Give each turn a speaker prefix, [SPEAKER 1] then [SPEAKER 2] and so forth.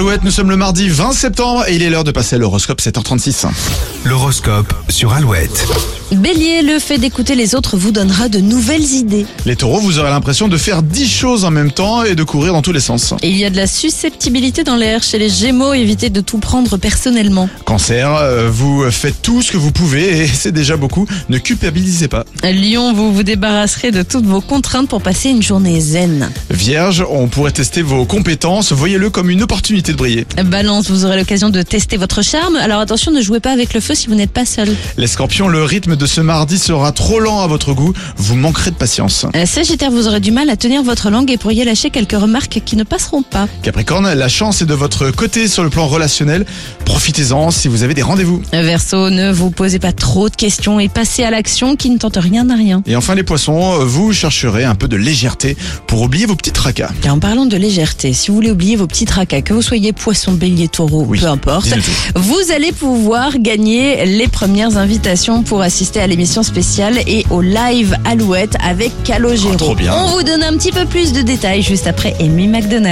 [SPEAKER 1] Alouette, nous sommes le mardi 20 septembre et il est l'heure de passer à l'horoscope 7h36.
[SPEAKER 2] L'horoscope sur Alouette.
[SPEAKER 3] Bélier, le fait d'écouter les autres vous donnera de nouvelles idées.
[SPEAKER 1] Les taureaux, vous aurez l'impression de faire 10 choses en même temps et de courir dans tous les sens.
[SPEAKER 3] Et il y a de la susceptibilité dans l'air chez les Gémeaux, évitez de tout prendre personnellement.
[SPEAKER 1] Cancer, euh, vous faites tout ce que vous pouvez et c'est déjà beaucoup. Ne culpabilisez pas.
[SPEAKER 3] Lyon, vous vous débarrasserez de toutes vos contraintes pour passer une journée zen.
[SPEAKER 1] Vierge, on pourrait tester vos compétences. Voyez-le comme une opportunité de briller.
[SPEAKER 3] Balance, vous aurez l'occasion de tester votre charme, alors attention, ne jouez pas avec le feu si vous n'êtes pas seul.
[SPEAKER 1] Les scorpions, le rythme de ce mardi sera trop lent à votre goût. Vous manquerez de patience.
[SPEAKER 3] Euh, Sagittaire, vous aurez du mal à tenir votre langue et pourriez lâcher quelques remarques qui ne passeront pas.
[SPEAKER 1] Capricorne, la chance est de votre côté sur le plan relationnel. Profitez-en si vous avez des rendez-vous.
[SPEAKER 3] Euh, Verseau, ne vous posez pas trop de questions et passez à l'action qui ne tente rien à rien.
[SPEAKER 1] Et enfin les poissons, euh, vous chercherez un peu de légèreté pour oublier vos petits tracas.
[SPEAKER 3] Et en parlant de légèreté, si vous voulez oublier vos petits tracas, que vous soyez poisson, bélier, taureau,
[SPEAKER 1] Oui,
[SPEAKER 3] peu importe,
[SPEAKER 1] dis-le tout.
[SPEAKER 3] vous allez pouvoir gagner les premières invitations pour assister à l'émission spéciale et au live Alouette avec Calogero.
[SPEAKER 1] Oh, trop bien.
[SPEAKER 3] On vous donne un petit peu plus de détails juste après Amy McDonald.